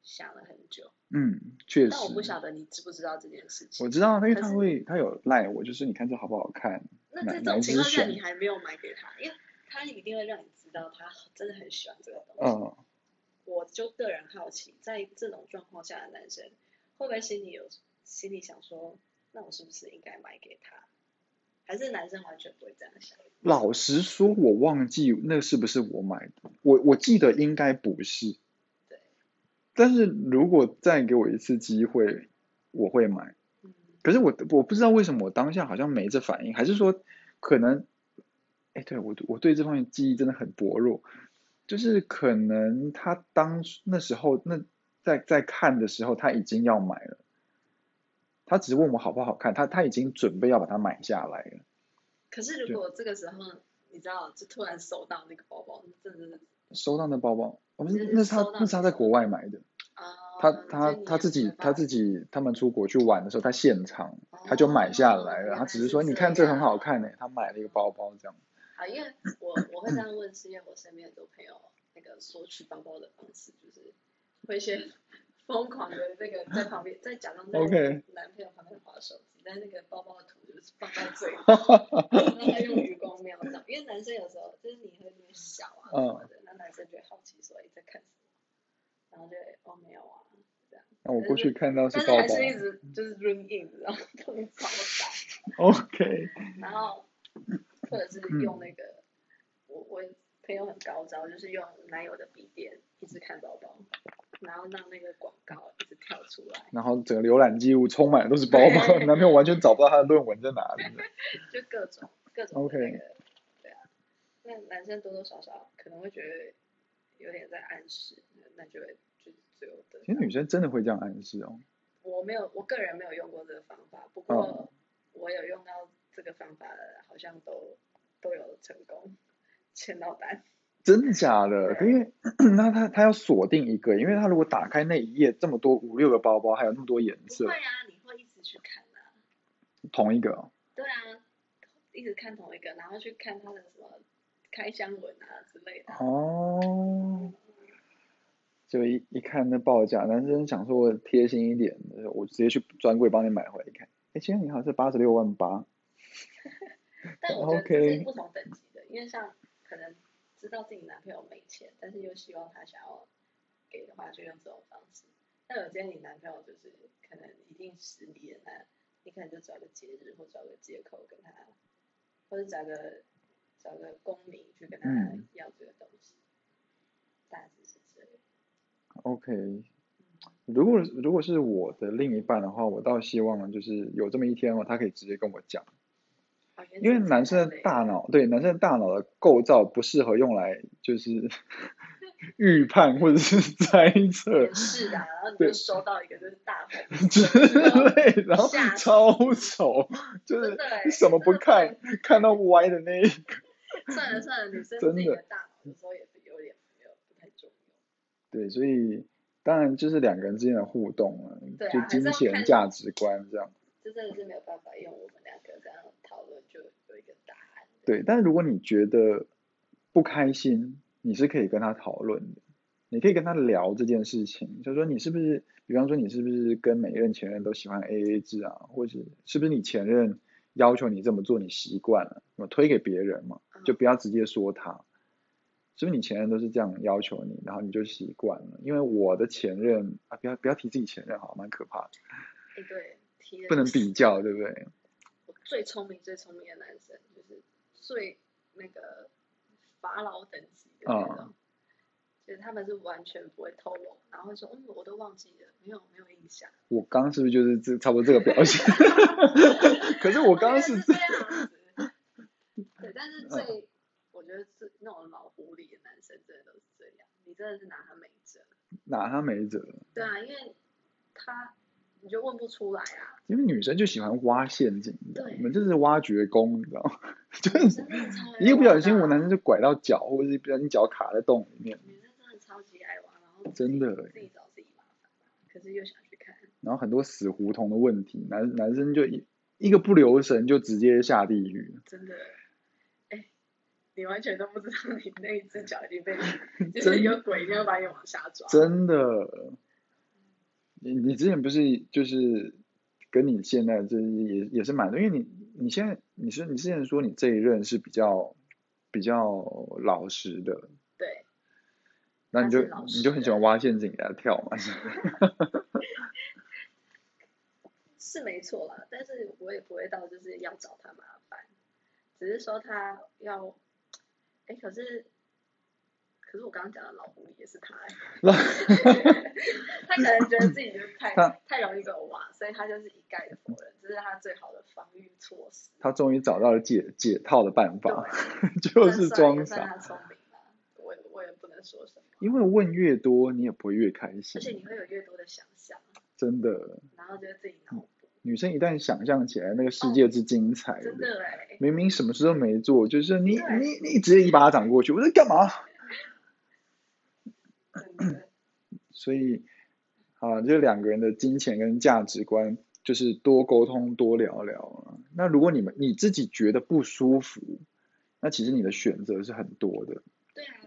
S2: 想了很久。
S1: 嗯，确实。
S2: 但我不晓得你知不知道这件事情。
S1: 我知道，因为
S2: 可
S1: 他
S2: 是
S1: 会，他有赖我，就是你看这好不好看，
S2: 那
S1: 哪
S2: 这
S1: 哪一
S2: 种情
S1: 只
S2: 况下，
S1: 选
S2: 你还没有买给他，因为他一定会让你知道他真的很喜欢这个东西。
S1: 嗯，
S2: 我就个人好奇，在这种状况下的男生，会不会心里有心里想说，那我是不是应该买给他？还是男生完全不会这样想？
S1: 老实说，我忘记那是不是我买的，我我记得应该不是
S2: 对。
S1: 但是如果再给我一次机会，我会买。
S2: 嗯，
S1: 可是我我不知道为什么我当下好像没这反应，还是说可能，哎，对，我我对这方面记忆真的很薄弱，就是可能他当初那时候那在在看的时候他已经要买了，他只是问我好不好看，他他已经准备要把它买下来了。
S2: 可是
S1: 对
S2: 如果这个时候你知道，就突然收到那个包包，那真的是
S1: 收到那包包，我们
S2: 就是
S1: 那是他
S2: 收到
S1: 那是他在国外买的，
S2: 啊，
S1: 他
S2: 就
S1: 他
S2: 你
S1: 他
S2: 也
S1: 自
S2: 没
S1: 己
S2: 办
S1: 他
S2: 法
S1: 自己他们出国去玩的时候，他现场
S2: 哦
S1: 他就买下来了，
S2: 原
S1: 他
S2: 来
S1: 只是
S2: 是
S1: 说你看
S2: 这
S1: 这很好
S2: 样
S1: 看呢、欸他买了一个包包这样。
S2: 好，啊因为我我会这样问，是因为我身边很多朋友那个索取包包的方式，就是会先 疯狂的那个在旁边，在假装在
S1: OK
S2: 男朋友旁边划手机，但那个包包的图就是放在 最后，然后用余光瞄到，因为男生有时候就是你会那边笑啊
S1: 嗯
S2: 什么的，那男生就会好奇说哎在看什么，然后就会哦没有啊，
S1: 那我过去看到是啊
S2: 但是
S1: 包
S2: 还
S1: 包
S2: 嗯是一直就是 ring in，然后动作超大。
S1: ，OK，
S2: 然后或者是用那个，我我朋友很高招，就是用男友的笔电一直看包包，然后让那个广告一直跳跳出来，
S1: 然后整个浏览记录充满的都是包包， 男朋友完全找不到他的论文在哪里。
S2: 就各种各种的
S1: OK
S2: 那个，对啊，那男生多多少少可能会觉得有点在暗示，那那就会就是最后得
S1: 其实
S2: 到
S1: 女生真的会这样暗示哦。
S2: 我没有，我个人没有用过这个方法，不过我有用到这个方法的，好像都都有成功签到单。
S1: 真的假的？可因为 那他他要锁定一个，因为他如果打开那一页这么多五六个包包，还有那么多颜
S2: 不
S1: 色
S2: 会，啊，你会一直去看啊。
S1: 同一个哦
S2: 对啊，一直看同一个，然后去看他的什么开箱文啊之类的。
S1: 哦，就一一看那报价，男生想说我贴心一点，我直接去专柜帮你买回来看。哎，先生你好，这八十六万八，
S2: 但我觉得这
S1: OK
S2: 是不同等级的，因为像可能知道自己男朋友没钱，但是又希望他想要给的话，就用这种方式。但有些你男朋友就是可能已经失礼了，那你可能就找个节日或找个借口跟他，或者找个找个公民去跟他
S1: 嗯
S2: 要这个东西，大致是这样。
S1: OK，如果如果是我的另一半的话，我倒希望就是有这么一天哦，他可以直接跟我讲，
S2: 好原
S1: 因为
S2: 则性
S1: 男生
S2: 太
S1: 的
S2: 累
S1: 大
S2: 了
S1: 脑，对，男生的大脑的构造不适合用来就是 预判或者是 猜测
S2: 也是啊，然后你
S1: 对
S2: 就收到一个就是 大红
S1: 之类，然后
S2: 吓死
S1: 超丑，就
S2: 真
S1: 是
S2: 的欸
S1: 什么不
S2: 真的不能
S1: 看，看到歪的那一个。
S2: 算了算了，女生
S1: 真
S2: 自己
S1: 的
S2: 的大脑有时候也是有点没有不太重要。
S1: 对，所以当然就是两个人之间的互动了，
S2: 对啊
S1: 就
S2: 还是
S1: 金
S2: 要
S1: 钱
S2: 看
S1: 价值观这样。
S2: 这真的是没有办法用我们两个这样讨论就有一个答案。
S1: 对，但是如果你觉得不开心，你是可以跟他讨论的，你可以跟他聊这件事情，就是说你是不是，比方说你是不是跟每一任前任都喜欢 AA 制啊，或者是不是你前任要求你这么做，你习惯了，我推给别人嘛，就不要直接说他，是不是你前任都是这样要求你，然后你就习惯了？因为我的前任啊，不要不要提自己前任，好，蛮可怕的，
S2: 哎，对，提了
S1: 不能
S2: 就是
S1: 比较，对不对？
S2: 我最聪明最聪明的男生，就是最那个法老等级的那
S1: 啊
S2: 种，就是他们是完全不会透露，然后会说嗯我都忘记了，没有没有印象。
S1: 我刚刚是不是就是这差不多这个表现？ 可 是我刚刚
S2: 觉
S1: 是
S2: 得
S1: 这嗯
S2: 这样子。啊对，但是最我觉得是那种老狐狸的男生，真的都是这样，你真的是拿他没辙。
S1: 拿他没辙，
S2: 对啊，因为他你就问不出 来啊，
S1: 因为女生就喜欢挖陷阱，你知道吗
S2: 对
S1: 我们这是挖掘工，你知道吗？就是
S2: 真的超爱
S1: 一个不小心，
S2: 挖
S1: 我
S2: 的啊
S1: 男生就拐到脚，或者是不小心脚卡在洞里面，
S2: 女生真的超级爱挖，然后自己
S1: 真的欸
S2: 自己找自己麻烦，可是又想去看，
S1: 然后很多死胡同的问题，男男生就一一个不留神就直接下地狱。
S2: 真的欸。哎，你完全都不知道你那一只脚已经被，就
S1: 真
S2: 是有鬼一定要把你往下抓。
S1: 真的，你你之前不是就是跟你现在这也也是蛮多，因为你你现在你是你之前说你这一任是比较比较老实的，
S2: 对，
S1: 那你
S2: 他
S1: 就是
S2: 老
S1: 你就
S2: 实
S1: 很喜
S2: 的
S1: 欢挖陷阱给他跳嘛，是吧
S2: 是没错啦，但是我也不会到就是要找他麻烦，只是说他要，哎，可是，可是我刚刚讲的老狐狸也是他、 欸，
S1: 那
S2: 他可能觉得自己就是太
S1: 他
S2: 太容易被我挖，所以他就是一概的否认，这是他最好的防御措施。
S1: 他终于找到了解解套的办
S2: 对，
S1: 法， 就是
S2: 但算
S1: 装
S2: 也算
S1: 傻。
S2: 他聪明啦，我也我也不能说什么，
S1: 因为问越多，你也不会越开
S2: 而且
S1: 心，
S2: 你会有越多的想象，
S1: 真的。
S2: 然后就会自己脑补，
S1: 女生一旦想象起来，那个世
S2: 哦
S1: 界之精彩
S2: 真
S1: 的
S2: 的哎、
S1: 明明什么事都没做，就是你
S2: 对
S1: 你你直接一巴掌过去，我在干嘛？
S2: 真的。
S1: 所以啊，这两个人的金钱跟价值观就是多沟通、多聊聊啊。那如果你们你自己觉得不舒服，那其实你的选择是很多的。
S2: 对啊，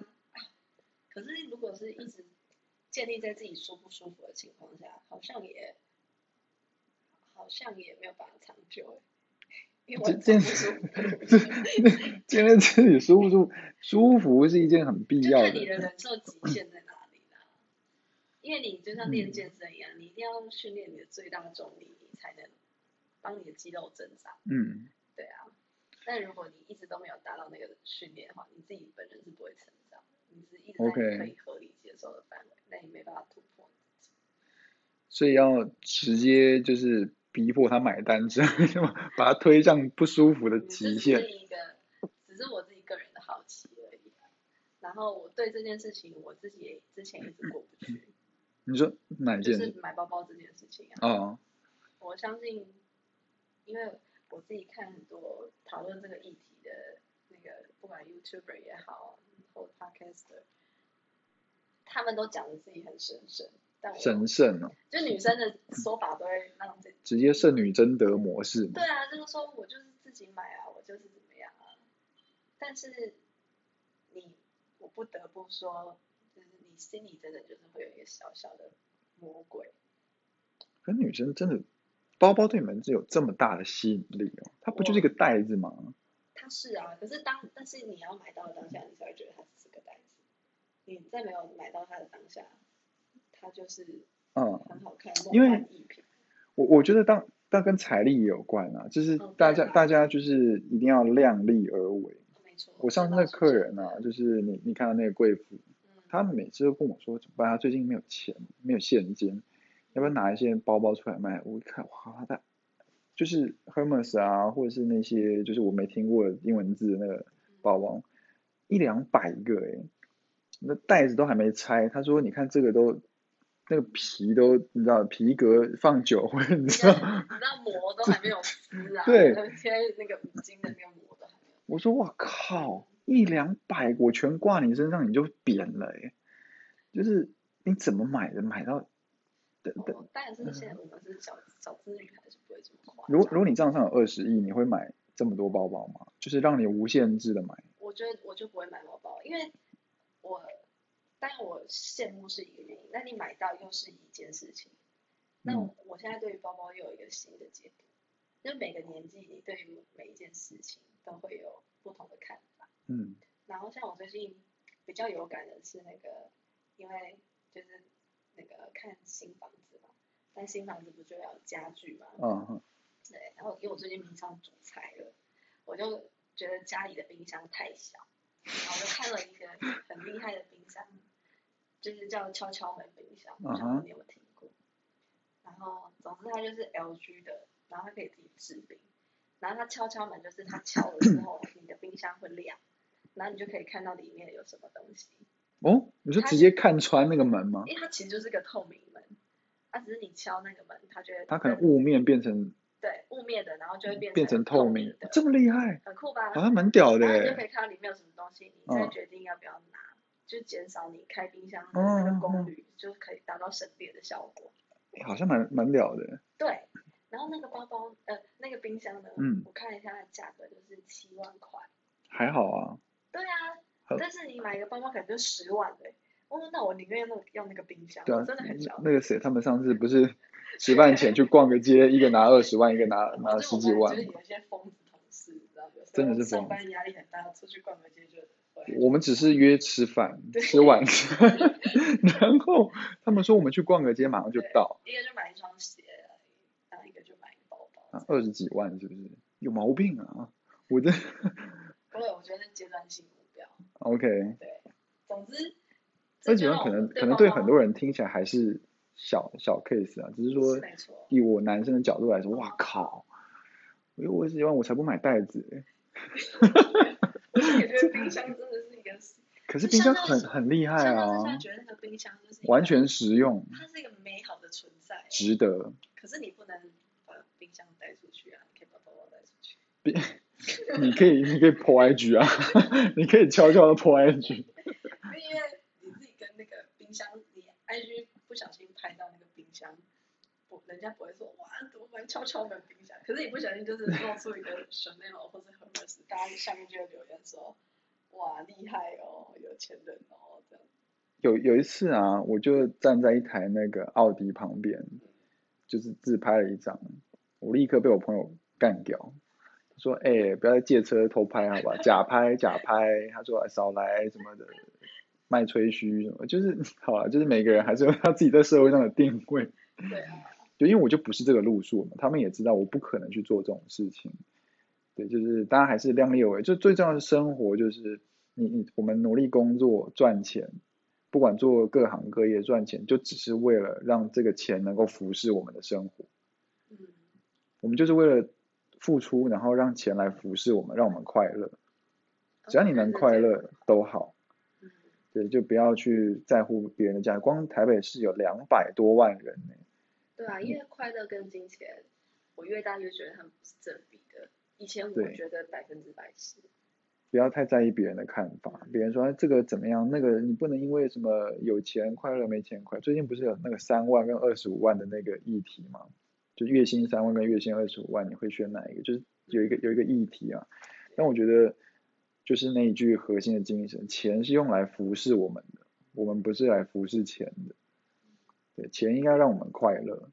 S2: 可是如果是一直建立在自己舒不舒服的情况下，好像也好像也没有办法长久欸，因为我
S1: 这
S2: 很
S1: 这。
S2: 常不舒服
S1: 这 今天自己舒不舒服？舒服是一件很必
S2: 就
S1: 要
S2: 看你
S1: 的。
S2: 的忍受极限在哪里啦。因为你就像练健身一样，你一定要训练你的最大重力，你才能帮你的肌肉增长。
S1: 嗯，
S2: 对啊，但如果你一直都没有达到那个训练的话，你自己本人是不会成长的，你是一直在
S1: OK
S2: 你可以合理接受的范围，那你没办法突破。
S1: 所以要直接就是逼迫他买单，这样就把他推向不舒服的
S2: 嗯这
S1: 极
S2: 只
S1: 限
S2: 是。一个，只是我自己个人的好奇而已啊。然后我对这件事情，我自己也之前一直过不 去，
S1: 你说哪一
S2: 就
S1: 件？
S2: 是买包包这件事情啊。
S1: 哦，
S2: 我相信，因为我自己看很多讨论这个议题的那个，不管 YouTuber 也好，或 Podcaster，他们都讲的自己很神圣，但我
S1: 神圣哦，
S2: 就女生的说法都会让这
S1: 直接圣女贞德模式嘛
S2: 对。啊，就是说我就是自己买啊，我就是怎么样啊。但是你，我不得不说，就是你心里真的就是会有一个小小的魔鬼。
S1: 可女生真的，包包对你们只有这么大的吸引力哦，它不就是一个袋子吗？
S2: 它是啊，可是当但是你要买到的当下，你才会觉得它只是个袋子。你在没有买到它的当下，它就是
S1: 嗯，
S2: 很好看，
S1: 因
S2: 梦
S1: 为
S2: 幻一品。
S1: 我我觉得当但跟财力也有关啊，就是
S2: 哦
S1: 大
S2: 对
S1: 家
S2: 啦
S1: 大家就是一定要量力而为。
S2: 没错，
S1: 我上次那
S2: 这倒
S1: 个
S2: 是
S1: 客
S2: 真
S1: 人啊，
S2: 的，
S1: 就是你你看到那个贵妇，
S2: 嗯，
S1: 她每次都跟我说，怎么办？她最近没有钱，没有现金，要不要拿一些包包出来卖？我一看，哇，她就是 Hermes 啊，或者是那些就是我没听过的英文字的那个包包，一两百个诶、那袋子都还没拆。她说，你看这个都。那个皮都你知道，皮革放久会 你
S2: 你
S1: 知
S2: 知道
S1: 道，
S2: 你知道膜都还没有撕啊，
S1: 对
S2: 贴那个五金的那个膜都还没有。
S1: 我说我靠，一两百我全挂你身上，你就扁了耶！就是你怎么买的？买到，对对，
S2: 哦，但是现在我们是小小资女孩是不会这么夸
S1: 如果如
S2: 张。
S1: 果你账上有二十亿，你会买这么多包包吗？就是让你无限制的买，
S2: 我觉得我就不会买包包，因为我，当然我羡慕是一个原因，那你买到又是一件事情。那
S1: 嗯
S2: 我我现在对于包包又有一个新的解读，就每个年纪你对于每一件事情都会有不同的看法。
S1: 嗯，
S2: 然后像我最近比较有感的是那个，因为就是那个看新房子嘛，但新房子不就要有家具嘛，
S1: 啊哈，
S2: 对，然后因为我最近迷上煮菜了，我就觉得家里的冰箱太小，然后我就看了一个很厉害的冰箱，就是叫敲敲门冰箱，不知
S1: 嗯
S2: 道
S1: 哼
S2: 你有没有听过。然后总之它就是 LG 的，然后它可以自己制冰，然后它敲敲门就是它敲了之后，你的冰箱会亮，然后你就可以看到里面有什么东西，
S1: 哦，你说
S2: 它
S1: 直
S2: 是
S1: 接看穿那个门吗？
S2: 因为它其实就是个透明门，它、只是你敲那个门，它就会
S1: 它可能
S2: 灯
S1: 雾面变成
S2: 对雾面的，然后就会变
S1: 变成透
S2: 明
S1: 明
S2: 的，，
S1: 这么啊厉害，
S2: 很酷吧？
S1: 好像蛮屌的
S2: 然后你就可
S1: 耶！
S2: 以看到里面有什么东西，你再
S1: 嗯
S2: 决定要不要拿，就减少你开冰箱的那个功率，就可以达到省电的效果。
S1: 哎好像蛮蛮屌的，
S2: 对，然后那个包包，呃，那个冰箱呢，
S1: 嗯
S2: 我看了一下它的价格就是七万块。
S1: 还好啊，
S2: 对啊
S1: 好，
S2: 但是你买一个包包可能就十万嘞、我说那我宁愿用用那个冰箱，
S1: 对
S2: 我
S1: 啊
S2: 真的很想，。
S1: 那个谁，他们上次不是 吃饭前去逛个街，一个拿二十万，一个拿
S2: 我
S1: 拿
S2: 就
S1: 十
S2: 我
S1: 几
S2: 们
S1: 万
S2: 就是。有一些疯子同事，你知道有时
S1: 真的
S2: 候
S1: 是疯
S2: 上
S1: 子
S2: 班压力很大，出去逛个街就回来就
S1: 我们只是约吃饭，吃晚餐， 然后他们说我们去逛个街，马上就到，
S2: 一个就买一双鞋而已，然后一个就买一个包包。
S1: 啊，二十几万是不是？有毛病啊！我这
S2: 不过我觉得是阶段性目标，
S1: OK，
S2: 对。总之，
S1: 二
S2: 这
S1: 十几
S2: 就
S1: 万
S2: 让
S1: 可
S2: 哦我
S1: 能
S2: 对
S1: 可能
S2: 包
S1: 对
S2: 包
S1: 很多人听起来还是小小 case 啊，只是说
S2: 是没错，
S1: 以我男生的角度来说，哇靠，我有二十几万我才不买袋子欸、
S2: 我也觉得冰箱真的是一个，
S1: 可是
S2: 就
S1: 冰箱
S2: 像那
S1: 很
S2: 时候
S1: 很厉害
S2: 像当时现在
S1: 啊，
S2: 觉得那个冰箱就是一个
S1: 完，全实用，
S2: 它是一个美好的存在，
S1: 值得。
S2: 可是你不能把冰箱带出去啊，你可以把包包带出去。
S1: 你可以你可以破 IG 啊， 你可以悄悄的破 IG。
S2: 因为你自己跟那个冰箱，你 IG 不小心拍到那个冰箱，不，人家不会说哇，怎么玩敲敲门冰箱？可是你不小心就是露出一个 Chanel 或者 Hermes，大家下面就会留言说，哇，厉害哦，有钱人哦，这样。
S1: 有有一次啊，我就站在一台那个奥迪旁边，就是自拍了一张，我立刻被我朋友干掉，他说：“哎、不要再借车偷拍好吧，假拍假拍。”他说：“哎少来什么的，卖吹嘘什么。”就是好了，就是每个人还是有他自己在社会上的定位。
S2: 对啊，
S1: 对，因为我就不是这个路数嘛，他们也知道我不可能去做这种事情。对，就是大家还是量力而为，就最重要的是生活，就是你你我们努力工作赚钱，不管做各行各业赚钱，就只是为了让这个钱能够服侍我们的生活。
S3: 嗯，
S1: 我们就是为了付出，然后让钱来服侍我们，让我们快乐。只要你能快乐都好，
S3: 嗯，
S1: 对，就不要去在乎别人的价值。光台北市有两百多万人呢、
S3: 对啊，因为快乐跟金钱，我越大越觉得他们不是正比的。以前我
S1: 对
S3: 觉得百分之百是，
S1: 不要太在意别人的看法，别人说、哎、这个怎么样，那个你不能因为什么有钱快乐没钱快乐。最近不是有那个三万跟二十五万的那个议题吗？就月薪三万跟月薪二十五万，你会选哪一个？就是有一个有一个议题啊。但我觉得就是那一句核心的精神，钱是用来服侍我们的，我们不是来服侍钱的。对，钱应该让我们快乐。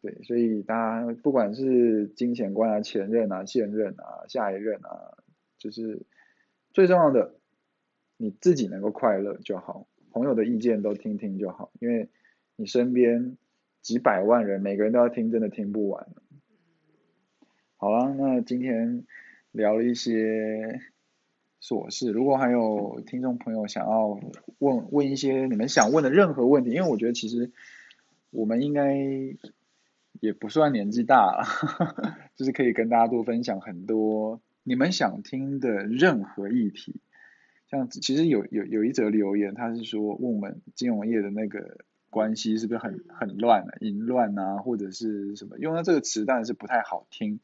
S1: 对，所以大家不管是金钱观啊、前任啊、现任啊、下一任啊，就是最重要的，你自己能够快乐就好，朋友的意见都听听就好，因为你身边几百万人，每个人都要听，真的听不完。好啦，那今天聊了一些琐事，如果还有听众朋友想要问问一些你们想问的任何问题，因为我觉得其实我们应该也不算年纪大了， 就是可以跟大家多分享很多你们想听的任何议题。像其实有有有一则留言，他是说问我们金融业的那个关系是不是很很乱啊，淫乱啊，或者是什么？用到这个词当然是不太好听，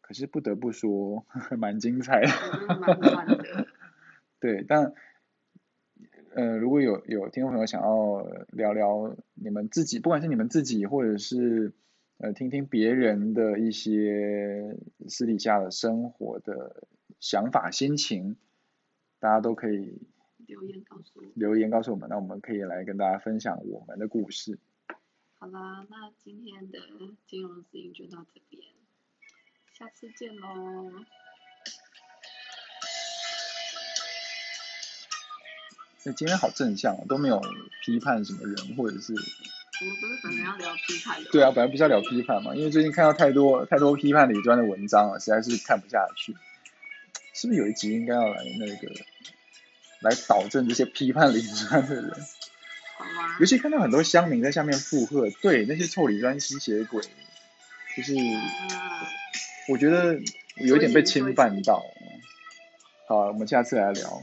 S1: 可是不得不说 蛮精彩的。
S2: 我
S3: 嗯
S2: 觉得蛮乱 的。
S1: 对，但呃，如果有有听众朋友想要聊聊你们自己，不管是你们自己，或者是呃听听别人的一些私底下的生活的想法、心情，大家都可以
S2: 留言告诉我。
S1: 留言告诉我们，那我们可以来跟大家分享我们的故事。
S2: 好啦，那今天的金融资讯就到这边，下次见喽。
S1: 那今天好正向哦，都没有批判什么人，或者是
S2: 我们不是本来要聊批判的？
S1: 对啊，，本来不是要聊批判嘛，因为最近看到太多太多批判李专的文章了，实在是看不下去。是不是有一集应该要来那个来导正这些批判李专的人？
S2: 好吗
S1: 尤？其看到很多乡民在下面附和，对那些臭李专吸血鬼，就是
S2: 啊
S1: 我觉得有一点被侵犯到。好，我们下次来聊。